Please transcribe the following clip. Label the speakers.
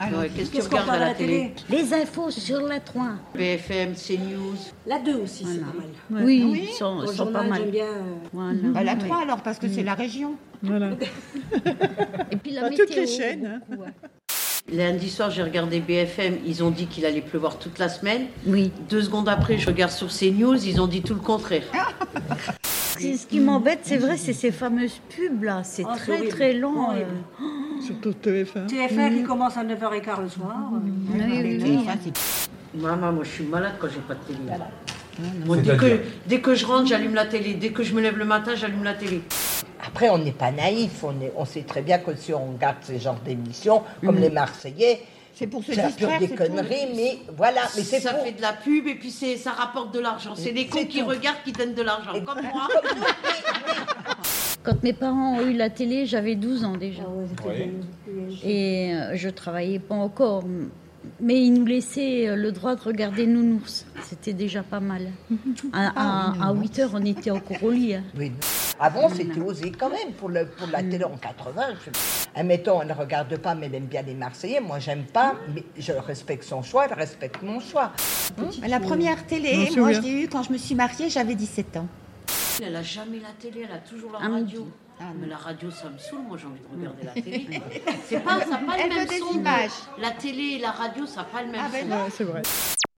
Speaker 1: Alors, qu'est-ce que tu
Speaker 2: Qu'est-ce qu'on
Speaker 1: regardes à
Speaker 2: parle
Speaker 1: la, télé,
Speaker 3: Les infos sur la 3.
Speaker 1: BFM, CNews.
Speaker 2: La 2 aussi, c'est pas mal.
Speaker 3: Oui,
Speaker 4: oui.
Speaker 3: ils sont,
Speaker 2: Au
Speaker 3: ils sont
Speaker 2: journal,
Speaker 3: pas
Speaker 2: j'aime
Speaker 3: mal.
Speaker 2: bien. euh,
Speaker 3: Voilà.
Speaker 4: Bah, la 3 alors, parce que c'est la région.
Speaker 5: Voilà.
Speaker 3: Et puis la
Speaker 5: Bah,
Speaker 3: météo.
Speaker 5: toutes les chaînes,
Speaker 3: beaucoup, ouais.
Speaker 1: Lundi soir, j'ai regardé BFM. Ils ont dit qu'il allait pleuvoir toute la semaine.
Speaker 3: Oui.
Speaker 1: Deux secondes après, je regarde sur CNews. Ils ont dit tout le contraire.
Speaker 3: C'est- Ce qui m'embête, c'est vrai, c'est ces fameuses pubs là. Ah, C'est
Speaker 2: Oh, c'est
Speaker 3: très
Speaker 2: horrible.
Speaker 3: très long.
Speaker 2: Horrible.
Speaker 3: euh.
Speaker 5: surtout TF1.
Speaker 3: Hein
Speaker 2: TFR
Speaker 3: Mmh.
Speaker 2: qui commence à 9h15 le soir. euh,
Speaker 3: oui,
Speaker 4: Et
Speaker 3: oui.
Speaker 4: ça, c'est-
Speaker 1: Maman, moi, je suis malade quand j'ai pas de télé. Moi, dès,
Speaker 6: C'est-à-dire
Speaker 1: que, dès que je rentre, j'allume la télé. Dès que je me lève le matin, j'allume la télé.
Speaker 7: Après, on n'est pas naïf, on, est- on sait très bien que si on regarde ce genre d'émissions, comme les Marseillais,
Speaker 4: Mm. c'est pour se
Speaker 7: ça pure
Speaker 4: distraire.
Speaker 7: des
Speaker 4: c'est
Speaker 7: conneries, mais voilà, mais c'est
Speaker 1: ça
Speaker 7: pour...
Speaker 1: fait de la pub et puis c'est- ça rapporte de l'argent. C'est des cons qui regardent qui donnent de l'argent. Comme moi.
Speaker 3: Quand mes parents ont eu la télé, j'avais 12 ans déjà.
Speaker 2: Ah ouais, c'était
Speaker 6: Ouais.
Speaker 2: bien, bien.
Speaker 3: Et euh, je travaillais pas encore. Mais ils nous laissaient euh, le droit de regarder Nounours. C'était déjà pas mal. À, à- à 8 heures, on était encore au lit. hein.
Speaker 7: Oui, non. Avant,
Speaker 4: Mm.
Speaker 7: c'était osé quand même pour, le, pour la télé en 80. Je... Admettons, elle ne regarde pas, mais elle aime bien les Marseillais. Moi, j'aime pas, mais je respecte son choix, elle respecte mon choix.
Speaker 4: tout. La première télé,
Speaker 5: Non,
Speaker 4: moi,
Speaker 5: c'est
Speaker 4: je l'ai eue quand je me suis mariée, j'avais 17 ans.
Speaker 1: Elle a jamais la télé, elle a toujours la
Speaker 3: Ah, mon
Speaker 1: radio.
Speaker 3: Dieu.
Speaker 1: mais la radio, ça me saoule. Moi, j'ai envie de regarder la télé. C'est pas, ça n'a pas le
Speaker 4: Elle veut
Speaker 1: même
Speaker 4: des
Speaker 1: son.
Speaker 4: images.
Speaker 1: La télé et la radio, ça n'a pas le même
Speaker 4: Ah, ben
Speaker 1: son.
Speaker 5: Ouais, c'est vrai.